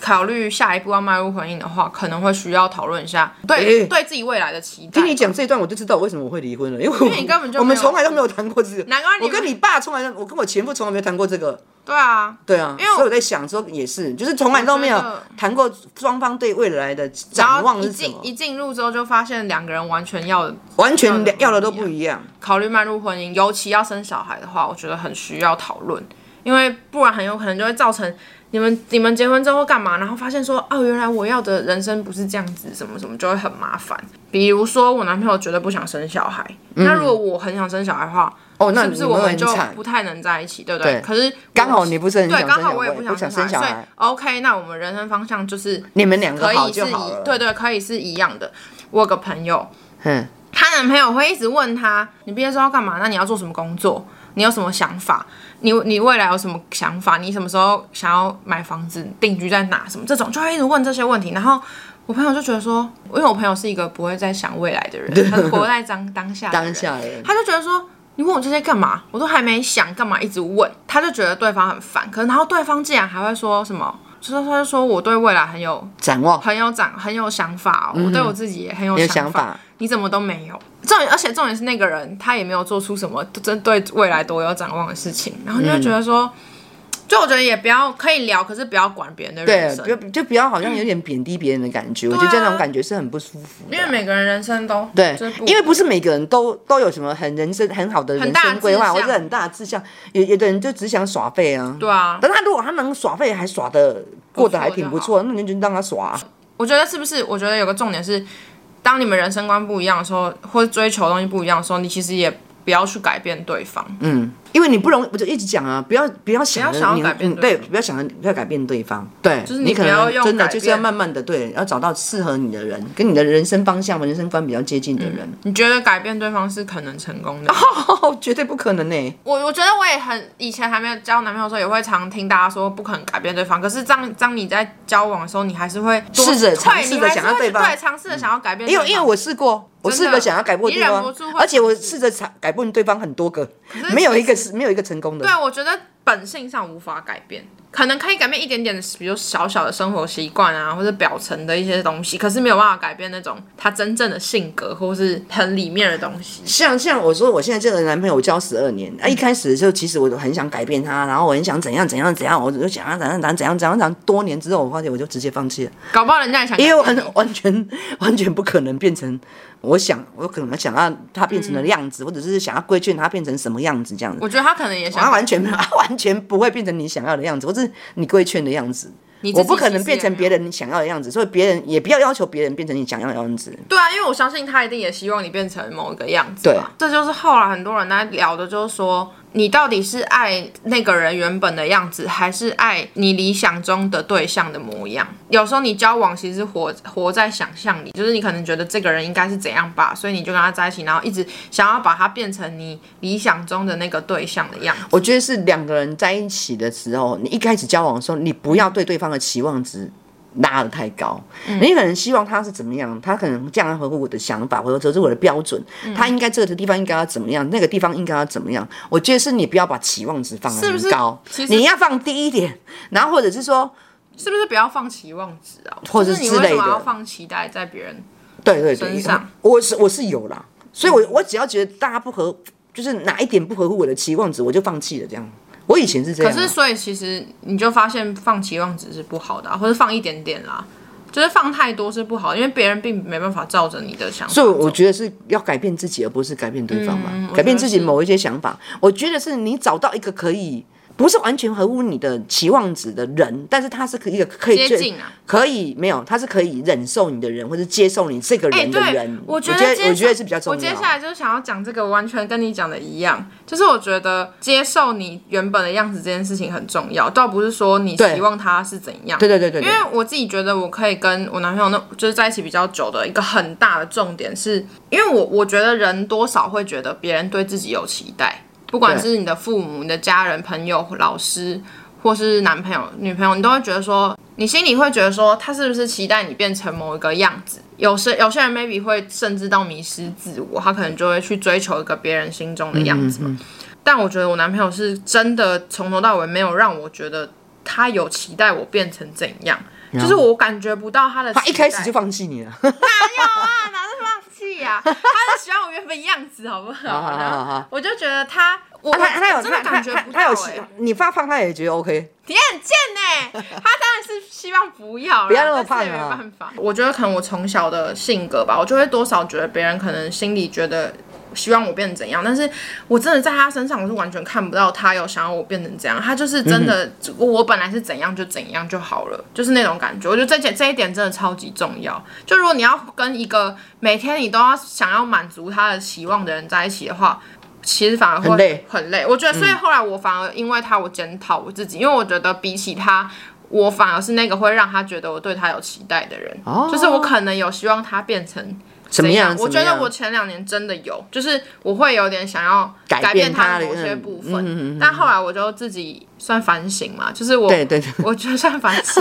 B: 考虑下一步要迈入婚姻的话，可能会需要讨论一下对、
A: 诶
B: 对自己未来的期待
A: 听。你讲这一段，我就知道为什么我会离婚了，因为我
B: 为你根本就
A: 我们
B: 没有
A: 从来都没有谈过这个，
B: 难怪你
A: 我跟你爸从来都，我跟我前夫从来没有谈过这个，
B: 对啊，
A: 对啊，
B: 因为我
A: 所以我在想说也是，就是从来都没
B: 我
A: 有
B: 觉得
A: 谈过双方对未来的展
B: 然
A: 望
B: 后
A: 是
B: 一
A: 什
B: 进
A: 么，
B: 一进入之后就发现两个人完全要
A: 完全
B: 要的不
A: 要的都
B: 一
A: 不一样。
B: 考虑迈入婚姻，尤其要生小孩的话，我觉得很需要讨论，因为不然很有可能就会造成你们你们结婚之后干嘛，然后发现说哦，原来我要的人生不是这样子，什么什么就会很麻烦。比如说我男朋友绝对不想生小孩，那如果我很想生小孩的话，
A: 哦，那
B: 是
A: 你
B: 不是我
A: 们
B: 们
A: 很
B: 就
A: 惨
B: 不。太能在一起，对不对？
A: 对
B: 可是我
A: 刚好你不是很想
B: 对，
A: 生小
B: 刚好
A: 孩，
B: 我也
A: 也
B: 想
A: 想
B: 生
A: 生
B: 小
A: 小
B: 孩，所
A: 孩
B: 以，OK，那我们人生方向就是
A: 你们两个
B: 可
A: 好
B: 以
A: 就是好了。
B: 以对对，可以是一样的。我有个朋友，
A: 嗯，
B: 她男朋友会一直问她：“你毕业之后要干嘛？那你要做什么工作？你有什么想法？你你未来有什么想法？你什么时候想要买房子、定居在哪？什么这种就会一直问这些问题。然后我朋友就觉得说，因为我朋友是一个不会再想未来 的人，他是活在当当下的人
A: 当下的人
B: 他就觉得说。你问我这些干嘛？我都还没想，干嘛一直问？他就觉得对方很烦。可是然后对方竟然还会说什么？就是他就说我对未来很有
A: 展望
B: 很有长很有想法、哦，
A: 嗯
B: 我对我自己也很有
A: 你的
B: 想
A: 想法，
B: 你怎么都没有？重点，而且重点是那个人他也没有做出什么针对未来多有展望的事情，然后你就会觉得说，
A: 嗯
B: 就我觉得也不要可以聊，可是不要管别人的人
A: 对，
B: 生，
A: 就就比较好像有点贬低别人的感觉，我觉得
B: 嗯对啊
A: 这种感觉是很不舒服的
B: 因为。每个人人生都
A: 对
B: 就是，
A: 因为不是每个人都都有什么很人生很好的人
B: 大的
A: 生规划，
B: 志
A: 或
B: 向
A: 者很大的志向。有有的人就只想耍废啊。
B: 对啊，
A: 但他如果他能耍废，还耍的过得还挺不错，那你就让他耍啊。
B: 我觉得是不是？我觉得有个重点是，当你们人生观不一样的时候，或者追求的东西不一样的时候，你其实也不要去改变对方。
A: 嗯，因为你不容易，我就一直讲啊，不要不要想着
B: 不要想要
A: 你
B: 改变
A: 嗯
B: 对
A: 对，
B: 方
A: 不要想着不要改变对方，对，就是
B: 你
A: 可
B: 不要
A: 能
B: 用
A: 真的
B: 改
A: 就是要
B: 变
A: 慢慢的对，要找到适合你的人，跟你的人生方向、人生观比较接近的人。
B: 你觉得改变对方是可能成功的？
A: 哦，绝对不可能呢、
B: 我我觉得我也很以前还没有交男朋友的时候，也会常听大家说不可能改变对方。可是当当你在交往的时候，你还是会多
A: 试着
B: 对
A: 尝试着
B: 你还是
A: 想要
B: 会
A: 对方
B: 对尝试着想要改变对
A: 因
B: 方。
A: 为因为我试过，我试
B: 真的
A: 着想要改过对
B: 你忍
A: 方
B: 不住，会
A: 而且我试着改改变对方很多个，没有一个是没有一个成功的。
B: 对，啊我觉得本性上无法改变，可能可以改变一点点，比如小小的生活习惯啊，或者表层的一些东西，可是没有办法改变那种他真正的性格或是很里面的东西。
A: 像像我说，我现在这个男朋友我交十二年，啊，一开始就其实我都很想改变他，然后我很想怎样怎样怎样，我就想要怎样怎样怎样怎样怎样。多年之后，我发现我就直接放弃了，
B: 搞不好人家也想改
A: 因
B: 变你，
A: 为我很完 全完全不可能变成我想，我可能想要他变成的样子，或者是想要规劝他变成什么样子这样子。
B: 嗯我觉得他可能也想
A: 他完全没有， 他完全不会变成你想要的样子，或是你规劝的样子。
B: 你自己
A: 我不可
B: 其
A: 能
B: 实啊
A: 变
B: 也
A: 成
B: 没
A: 别
B: 有
A: 人想要的样子，所以别人也不要要求别人变成你想要的样子。
B: 对啊，因为我相信他一定也希望你变成某一个样子。
A: 对，
B: 这就是后来很多人在聊的，就是说你到底是爱那个人原本的样子，还是爱你理想中的对象的模样？有时候你交往其实活活在想象里，就是你可能觉得这个人应该是怎样吧，所以你就跟他在一起，然后一直想要把他变成你理想中的那个对象的样子。
A: 我觉得是两个人在一起的时候，你一开始交往的时候，你不要对对方的期望值拉得太高。
B: 嗯
A: 你可能希望他是怎么样，他可能这样合乎我的想法，或者说是我的标准，
B: 嗯
A: 他应该这个地方应该要怎么样，那个地方应该要怎么样。我觉得是你不要把期望值放得
B: 是不
A: 很
B: 是
A: 高，
B: 其实
A: 你要放低一点，然后或者是说，
B: 是不是不要放期望值啊？
A: 或者
B: 就是你
A: 之
B: 为什
A: 类
B: 么
A: 的
B: 要放期待在别人？
A: 对对对
B: 身上，
A: 我是我是有啦，所以我我只要觉得大家不合，就是哪一点不合乎我的期望值，我就放弃了这样。我以前是这样
B: 可
A: 啊、
B: 是，所以其实你就发现放期望值是不好的、啊，或者放一点点啦，就是放太多是不好的，因为别人并没办法照着你的想法走。
A: 所以我觉得是要改变自己，而不是改变对方嘛。
B: 嗯我觉得
A: 改变自己
B: 是
A: 某一些想法，我觉得是你找到一个可以不是完全合乎你的期望值的人，但是他是可以一个可以
B: 接
A: 最
B: 近啊，
A: 可以没有，他是可以忍受你的人，或者接受你这个
B: 哎、
A: 人的人。
B: 对，
A: 我
B: 觉
A: 得
B: 接
A: 我觉得是比较重
B: 我接
A: 要。
B: 下来就是想要讲这个，完全跟你讲的一样，就是我觉得接受你原本的样子这件事情很重要，倒不是说你
A: 对
B: 希望他是怎样。
A: 对对对对
B: 因
A: 对
B: 为，我自己觉得，我可以跟我男朋友那就是在一起比较久的一个很大的重点是，因为我我觉得人多少会觉得别人对自己有期待，不管
A: 对
B: 是你的父母、你的家人、朋友、老师，或是男朋友、女朋友，你都会觉得说，你心里会觉得说，他是不是期待你变成某一个样子？有些有些人 maybe 会甚至到迷失自我，他可能就会去追求一个别人心中的样子嘛。
A: 嗯
B: 但我觉得我男朋友是真的从头到尾没有让我觉得他有期待我变成怎样，就是我感觉不到他的期待。哎
A: 他一开始就放弃你了。
B: 哪有啊？哪是放弃呀、 啊，他是喜欢我原本样子，好不
A: 好好
B: 好？
A: 好
B: 然
A: 好啊
B: 后我就觉得 他，我
A: 他他有
B: 我真的
A: 他他
B: 感觉
A: 他
B: 不
A: 他
B: 到
A: 有
B: 哎
A: 希，你发胖他也觉得 OK，
B: 你很贱 呢、他当然是希望不要啦，
A: 不要那么胖啊
B: 但是也没办法。我觉得可能我从小的性格吧，我就会多少觉得别人可能心里觉得希望我变成怎样，但是我真的在他身上我是完全看不到他有想要我变成怎样，他就是真的、
A: 嗯
B: 我本来是怎样就怎样就好了，就是那种感觉。我觉得这点这一点真的超级重要。就如果你要跟一个每天你都要想要满足他的期望的人在一起的话，其实反而会
A: 很累
B: 很累。我觉得，所以后来我反而因为他，我检讨我自己，因为我觉得比起他，我反而是那个会让他觉得我对他有期待的人，
A: 哦
B: 就是我可能有希望他变成。
A: 怎么样？
B: 我觉
A: 怎么
B: 得
A: 样
B: 我前两年真的有，就是我会有点想要
A: 改
B: 改
A: 变他
B: 他
A: 的
B: 某些
A: 嗯
B: 部
A: 嗯嗯
B: 分，但后来我就自己算反省嘛，就是我
A: 对对对，
B: 我就算反 省，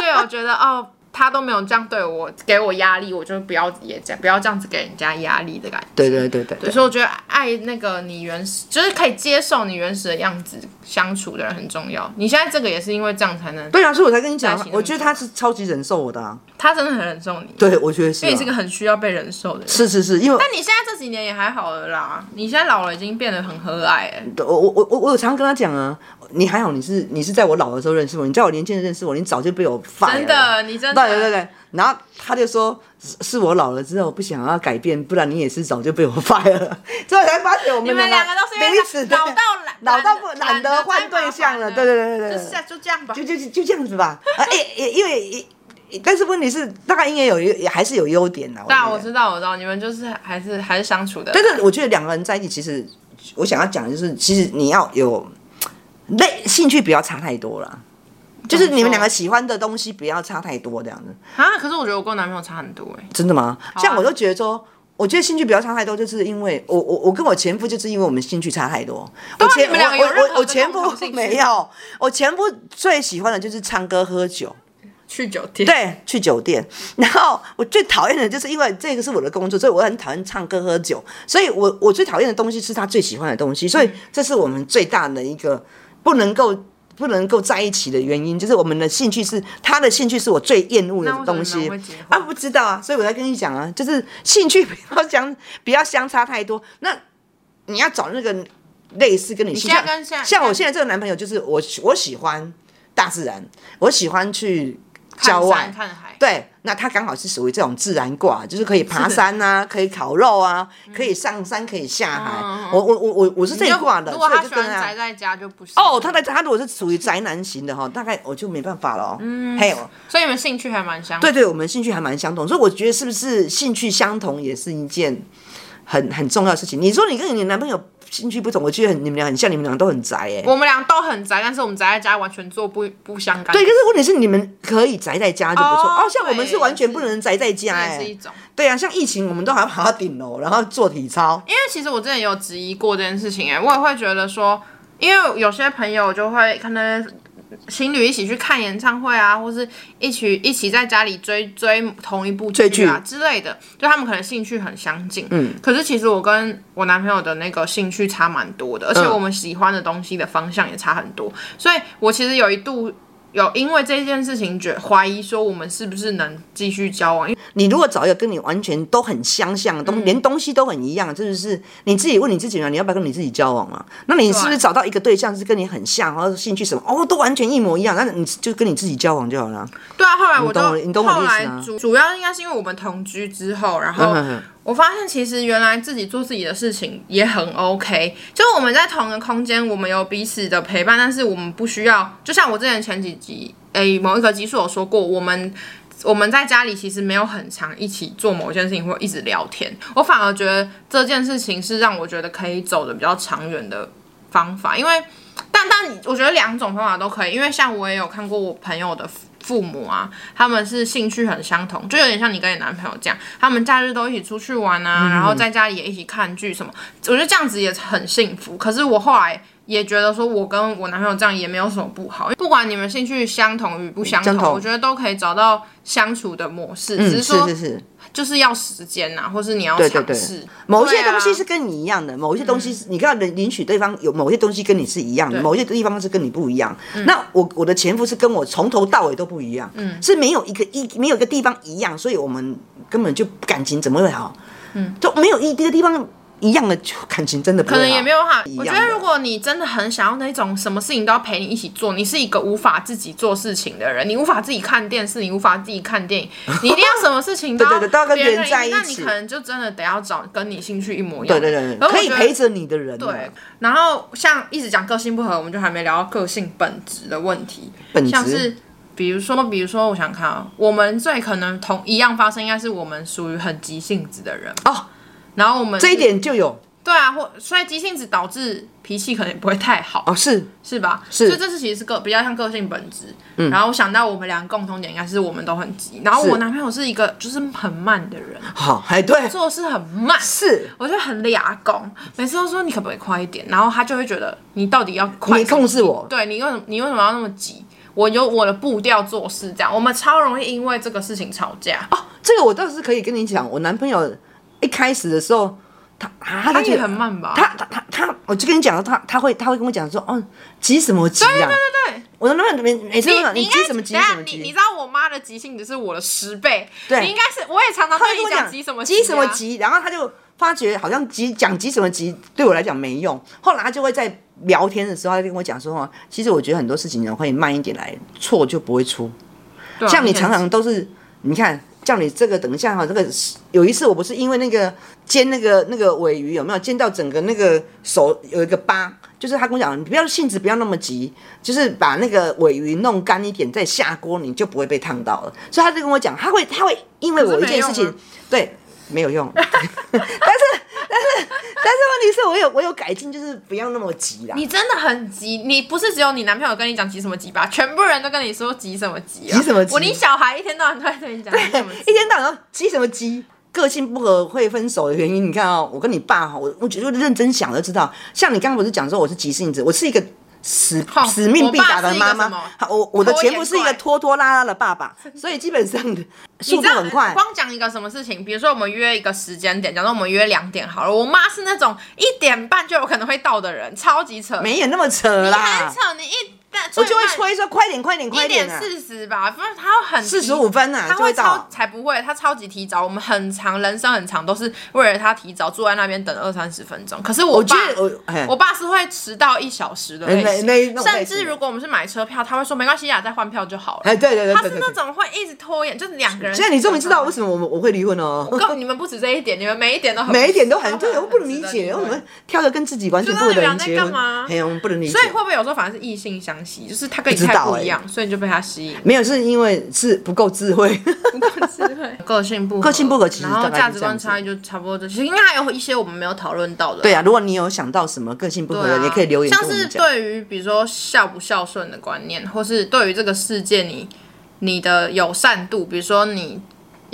B: 对，我觉得哦，他都没有这样对我，给我压力，我就不要也这样，不要这样子给人家压力的感觉。
A: 对对对对
B: 对，所以我觉得爱那个你原始，就是可以接受你原始的样子相处的人很重要。你现在这个也是因为这样才能，
A: 对啊，所以我才跟你讲
B: 在一起那，么
A: 我觉得他是超级忍受我的啊，
B: 他真的很忍受你，
A: 对，我觉得是
B: 因为
A: 啊，
B: 你是个很需要被忍受的人。
A: 是是是，因为
B: 但你现在这几年也还好了啦，你现在老了已经变得很和蔼哎、
A: 我我我我我有常跟他讲啊，你还好，你是你是在我老的时候认识我，你在我年轻的认识我，你早就被我发
B: 真的，你真的
A: 嗯对对对，然后他就说是是我老了之后不想要改变，不然你也是早就被我 fire 了。 最后才发现我
B: 你
A: 们
B: 们两个都是因为
A: 彼此
B: 老到懒，
A: 老到不
B: 懒
A: 懒得换对象了。对对对对
B: 就
A: 对
B: 是啊就这样吧。
A: 对，就就就就这样子吧。啊，哎、也因为也也但是问题是，大概应该有也还是有优点的。
B: 那
A: 觉
B: 啊我
A: 得
B: 知道，我知道，你们就是还是还是相处的，
A: 但是我觉得两个人在一起，其实我想要讲的就是，其实你要有类兴趣不要差太多了，就是你们两个喜欢的东西不要差太多这样子。
B: 啊。可是我觉得我跟我男朋友差很多哎、
A: 真的吗？像我都觉得说。我觉得兴趣不要差太多，就是因为我我我跟我前夫就是因为我们兴趣差太多。我
B: 啊
A: 前
B: 你们两个
A: 我
B: 有任何
A: 我我我
B: 的
A: 前
B: 共同兴
A: 夫
B: 趣
A: 没有，我前夫最喜欢的就是唱歌喝酒，
B: 去酒店，
A: 对，去酒店。 然后我最讨厌的就是因为这个是我的工作，所以我很讨厌唱歌喝酒。所以我我最讨厌的东西是他最喜欢的东西，所
B: 嗯
A: 以这是我们最大的一个不能够不能够在一起的原因，就是我们的兴趣是他的兴趣是我最厌恶的
B: 那为什么
A: 东
B: 你
A: 西
B: 们会结婚
A: 啊，不知道啊，所以我在跟你讲啊，就是兴趣不要相 不要相差太多。那你要找那个类似跟你兴趣
B: 现在跟现在
A: 像我现在这个男朋友，就是我喜我喜欢大自然，我喜欢去郊外
B: 看山。看海，
A: 对，那他刚好是属于这种自然挂，就是可以爬山 啊，可以烤肉啊，
B: 嗯
A: 可以上山，可以下海。我我我我我是这一
B: 就
A: 挂的，
B: 如果
A: 所以
B: 他
A: 就
B: 喜
A: 跟
B: 欢
A: 他
B: 宅在家就不是
A: 哦，他的他如果是属于宅男型的哈，大概我就没办法了哦。嗯，还有
B: 所以你们兴趣还蛮相。
A: 对对，我们兴趣还蛮相同，所以我觉得是不是兴趣相同也是一件很很重要的事情。你说你跟你男朋友兴趣不同，我觉得很你们俩很像，你们俩都很宅哎、
B: 我们俩都很宅，但是我们宅在家完全做不不相干。
A: 对，哎可是问题是你们可以宅在家就不错
B: 哦
A: 哦像我们是
B: 对
A: 完全
B: 是
A: 不能宅在家哎、
B: 这也是一种。
A: 对啊，像疫情我们都还要爬到顶楼， 然后做体操。
B: 因为其实我之前也有质疑过这件事情、哎，我也会觉得说，因为有些朋友就会可能情侣一起去看演唱会啊，或是一起一起在家里追追同一部剧啊
A: 追剧
B: 之类的，就他们可能兴趣很相近。嗯，可是其实我跟我男朋友的那个兴趣差蛮多的，而且
A: 嗯
B: 我们喜欢的东西的方向也差很多，所以我其实有一度。有因为这件事情觉怀疑说我们是不是能继续交往，因为
A: 你如果找一个跟你完全都很相像，
B: 嗯
A: 东连东西都很一样，真的是你自己问你自己嘛，你要不要跟你自己交往啊？那你是不是找到一个对象是跟你很像，然后兴趣什么哦都完全一模一样，那你就跟你自己交往就好了。
B: 对啊，后来我就
A: 你懂我你懂我的
B: 后
A: 意思
B: 来
A: 啊
B: 主主要应该是因为我们同居之后，然后
A: 嗯
B: 我发现其实原来自己做自己的事情也很 OK，就是我们在同一个空间，我们有彼此的陪伴，但是我们不需要，就像我之前前几集诶、某一个集数有说过，我们。我们在家里其实没有很常一起做某一件事情，或一直聊天。我反而觉得这件事情是让我觉得可以走的比较长远的方法，因为但但我觉得两种方法都可以，因为像我也有看过我朋友的父父母啊，他们是兴趣很相同，就有点像你跟你男朋友这样，他们假日都一起出去玩啊，
A: 嗯
B: 然后在家里也一起看剧什么，我觉得这样子也很幸福。可是我后来。也觉得说，我跟我男朋友这样也没有什么不好，因为不管你们兴趣相同与不相同，
A: 相同
B: 我觉得都可以找到相处的模式，只
A: 嗯，
B: 是说
A: 是是是，
B: 就是要时间呐、或是你要
A: 对对
B: 尝
A: 对
B: 试
A: 某一些
B: 对啊嗯
A: 东西是跟你一样的，某一些东西是你要领领取对方有某些东西跟你是一样的，某些地方是跟你不一样。
B: 嗯
A: 那我我的前夫是跟我从头到尾都不一样，是没有一个一没有一个地方一样，所以我们根本就感情怎么会好？嗯，就没有一这个地方一样的就感情真的不
B: 可
A: 会
B: 能也
A: 好
B: 没有哈
A: 啊一。
B: 我觉
A: 样
B: 得
A: 的
B: 如果你真的很想要那种什么事情都要陪你一起做，你是一个无法自己做事情的人，你无法自己看电视，你无法自己看电影，你一定要什么事情 都
A: 对对对都要跟
B: 别
A: 别人
B: 人
A: 在一
B: 那你
A: 起
B: 可能就真的得要找跟你兴趣一模一样
A: 对
B: 的。
A: 对对，对
B: 而我
A: 可以
B: 觉得
A: 陪着你的人啊，
B: 对，然后像一直讲个性不合，我们就还没聊到个性本质的问题，
A: 本质
B: 像是比如说，比如说，我想看啊，我们最可能同一样发生，应该是我们属于很急性子的人
A: 哦，
B: 然后我们
A: 这一点就有
B: 对啊，或所以急性子导致脾气可能也不会太好，
A: 哦，是
B: 是吧？
A: 是嗯
B: 所以这是其实是个比较像个性本质。然后我想到我们俩共同点应该是我们都很急，然后
A: 是
B: 我男朋友是一个就是很慢的人，
A: 好，哎，对，
B: 做事很慢，
A: 是
B: 我就很俩拱，每次都说你可不可以快一点，然后他就会觉得你到底要快
A: 你
B: 什么，
A: 控制我，
B: 对你为什么你为什么要那么急？我有我的步调做事，这样我们超容易因为这个事情吵架。
A: 哦，这个我倒是可以跟你讲，我男朋友一开始的时候，他啊他
B: 他
A: 他就
B: 也很慢吧？
A: 他他他他，我就跟你讲，他他会他会跟我讲说，哦，急什么急啊？对对
B: 对对，
A: 我的男朋友每每次都讲你
B: 应该
A: 急什么急
B: 等一下
A: 什么
B: 你你
A: 急
B: 知，道我妈的急性子是我的十倍，
A: 对
B: 你应该是我也常常
A: 他会
B: 对
A: 跟
B: 你
A: 我讲
B: 急什么
A: 急什么
B: 急啊，
A: 急，然后他就发觉好像急讲急什么急对我来讲没用，后来他就会在聊天的时候，他就跟我讲说，哦，其实我觉得很多事情呢，会慢一点来，错就不会出。
B: 对啊
A: 像你
B: 很
A: 常常都是，你看，叫你这个等一下哈，这个有一次我不是因为那个煎那个那个尾鱼有没有煎到整个那个手有一个疤，就是他跟我讲，你不要性子不要那么急，就是把那个尾鱼弄干一点再下锅，你就不会被烫到了。所以他就跟我讲，他会他会因为我一件事
B: 可是没用
A: 情
B: 啊，
A: 对，没有用。但 是但是但是问题是我有我有改进，就是不要那么急啦。
B: 你真的很急，你不是只有你男朋友跟你讲急什么急吧？全部人都跟你说急什么急、啊，
A: 急什么急哎
B: 我连小孩一天到晚都在对你讲急什么急。
A: 一天到晚都急什么急？个性不合会分手的原因，你看哦，我跟你爸哈，我我觉得认真想就知道。像你刚刚不是讲说我是急性子，我是一个使
B: 哦
A: 使命必达的妈
B: 我爸是一个什
A: 妈
B: 么。
A: 好，我我的
B: 拖延
A: 前夫是一个
B: 怪
A: 拖拖拉拉的爸爸，所以基本上速
B: 你
A: 度
B: 知道
A: 很快。
B: 光讲一个什么事情，比如说我们约一个时间点，假如我们约两点好了，我妈是那种一点半就有可能会到的人，超级扯。
A: 没有那么扯
B: 你很
A: 啦，
B: 扯，你一但
A: 我就会催说快点快点快
B: 一点
A: 点啊！
B: 四十吧，不然他很提
A: 45分啊
B: 他
A: 就
B: 会
A: 会到
B: 超才不会，他超级提早。我们很长人生很长，都是为了他提早坐在那边等二三十分钟。可是我
A: 我
B: 爸
A: 觉，得我哎
B: 我爸是会迟到一小时的类
A: 那
B: 型，
A: 那那种类
B: 甚
A: 型
B: 至如果我们是买车票，他会说没关系啊，再换票就好了。
A: 哎对对对
B: 他
A: 对
B: 是
A: 对
B: 那
A: 对。
B: 种会一直拖延，就是两个人。
A: 现在你终于知道为什么我们我会离婚哦，
B: 我告你们不止这一点，你们每一点都很
A: 每一点都很
B: 对，
A: 对，我不能理解，我们挑着跟自己完全
B: 就
A: 不合的人
B: 到底
A: 结
B: 两
A: 婚
B: 个在干嘛，
A: 哎呀，我们不能理解。
B: 所以会不会有时候反而是异性相吸，就是他跟你
A: 不知
B: 太
A: 道
B: 不
A: 欸
B: 一样，所以你就被他吸引？
A: 没有，是因为是不够智慧。
B: 个性不合
A: 个性不合其实
B: 然后
A: 大概
B: 价
A: 是
B: 值
A: 这样
B: 观
A: 子
B: 差异就差不多这些，应该还有一些我们没有讨论到 的。
A: 对啊，如果你有想到什么个性不合
B: 对
A: 的，
B: 啊，
A: 也可以留言
B: 像
A: 跟我
B: 是
A: 们讲。
B: 对于比如说孝不孝顺的观念，或是对于这个世界你你的友善度，比如说你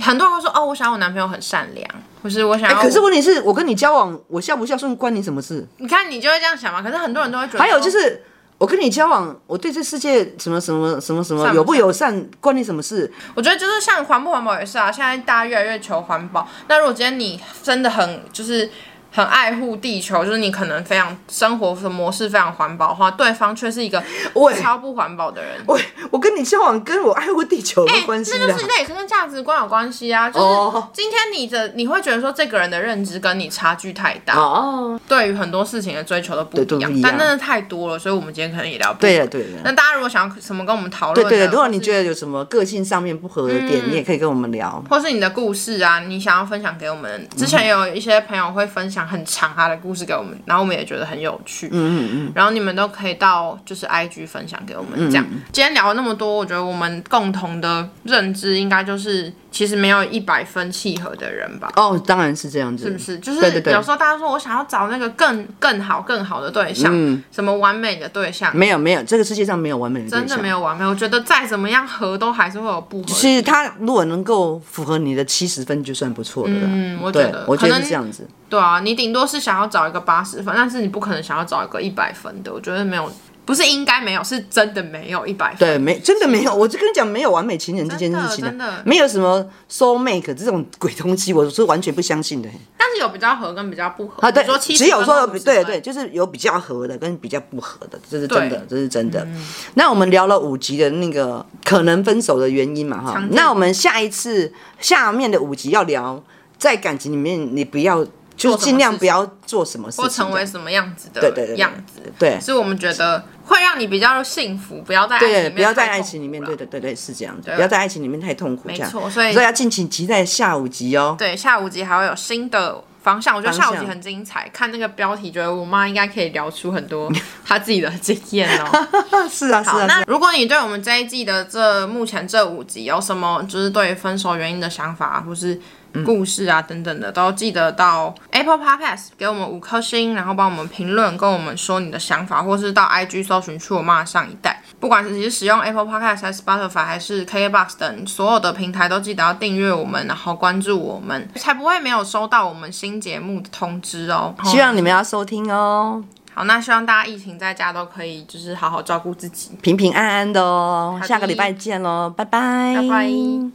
B: 很多人会说哦，我想要我男朋友很善良，或是我想
A: 哎
B: 要我、
A: 可是问题是我跟你交往，我孝不孝顺关你什么事？
B: 你看你就会这样想嘛。可是很多人都会觉得，
A: 还有就。是。我跟你交往，我对这世界什么什么什么什么
B: 善不
A: 友不友善，关你什么事？
B: 我觉得就是像环不环保也是啊，现在大家越来越求环保。那如果今天你真的很就是很爱护地球，就是你可能非常生活的模式非常环保的话，对方却是一个
A: 喂
B: 超不环保的人。
A: 我我跟你交往跟我爱护地球
B: 哎
A: 有关系
B: 那
A: 的
B: 就。是那也是跟价值观有关系啊。就
A: 哦
B: 是今天你的你会觉得说这个人的认知跟你差距太大，
A: 哦，
B: 对于很多事情的追求都不
A: 对都
B: 一样，
A: 不一样
B: 但真的太多了，所以我们今天可能也聊不
A: 对
B: 完
A: 了对了
B: 那大家如果想要什么跟我们讨论
A: 对对了，
B: 的，
A: 啊如果你
B: 啊或是嗯
A: 觉得有什么个性上面不合的点，你也可以跟我们聊。
B: 或是你的故事啊，你想要分享给我们。之前有一些朋友会分享很长他的故事给我们，然后我们也觉得很有趣。嗯嗯嗯。然后你们都可以到就是 IG 分享给我们这样。今天聊了那么多，我觉得我们共同的认知应该就是，其实没有一百分契合的人吧。
A: 哦，当然是这样子，
B: 是不是？就是
A: 对对对
B: 有时候大家说我想要找那个更更好更好的对象，什么完美的对象，
A: 没有没有，这个世界上没有完美的
B: 真
A: 对
B: 的
A: 象
B: 没。有完美。我觉得再怎么样合都还是会有不合的地方。
A: 其实他如果能够符合你的七十分，就算不错的了。
B: 嗯我觉
A: 对
B: 得，
A: 我觉
B: 可
A: 得
B: 能
A: 是这样子。
B: 对啊，你顶多是想要找一个八十分，但是你不可能想要找一个一百分的。我觉得没有，不是应该没有，是真的没有一百分。
A: 对，没真的没有，我就跟你讲，没有完美情人这件事情啊
B: 真的真的
A: 没有什么 soul make 这种鬼东西，我是完全不相信的。
B: 但是有比较合跟比较不合
A: 啊，对
B: 比嗯如说，70
A: 只有说有
B: 分
A: 比
B: 或50
A: 对
B: 分
A: 对，就是有比较合的跟比较不合的，这是真的
B: 对，嗯
A: 这是真的。那我们聊了五集的那个可能分手的原因嘛，哈
B: 常，见
A: 那我们下一次下面的五集要聊在感情里面，你不要就
B: 做什么
A: 尽量不要做什么事情
B: 或
A: 的，
B: 成为什么样子的
A: 对对对对
B: 样子，
A: 对
B: 是我们觉得会让你比较幸福，不要在爱情里
A: 对，
B: 面
A: 不要在
B: 太
A: 爱
B: 痛
A: 情里面，
B: 苦
A: 对
B: 了
A: 对对对，是这样子，
B: 对
A: 不要在爱情里面太痛苦，这样
B: 没错所以
A: 要敬请期待下五集哦。
B: 对，下五集还会有新的方向，我觉得下
A: 方
B: 五
A: 向
B: 集很精彩。看那个标题，觉得我妈应该可以聊出很多 她自己的经验哦。
A: 啊，是啊，是
B: 好，
A: 啊，是
B: 那
A: 啊。
B: 如果你对我们这一季的这目前这五集有什么就是对分手原因的想法，或是故事啊等等的，都记得到 Apple Podcast 给我们五颗星，然后帮我们评论，跟我们说你的想法，或是到 IG 搜寻“去我妈的上一代”。不管是你是使用 Apple Podcast 还是 Spotify 还是 KBox 等所有的平台，都记得要订阅我们，然后关注我们，才不会没有收到我们新节目的通知哦。
A: 希望你们要收听哦，
B: 好，那希望大家疫情在家都可以就是好好照顾自己。
A: 平平安安的哦
B: 好。的
A: 下个礼拜见喽，拜拜，
B: 拜拜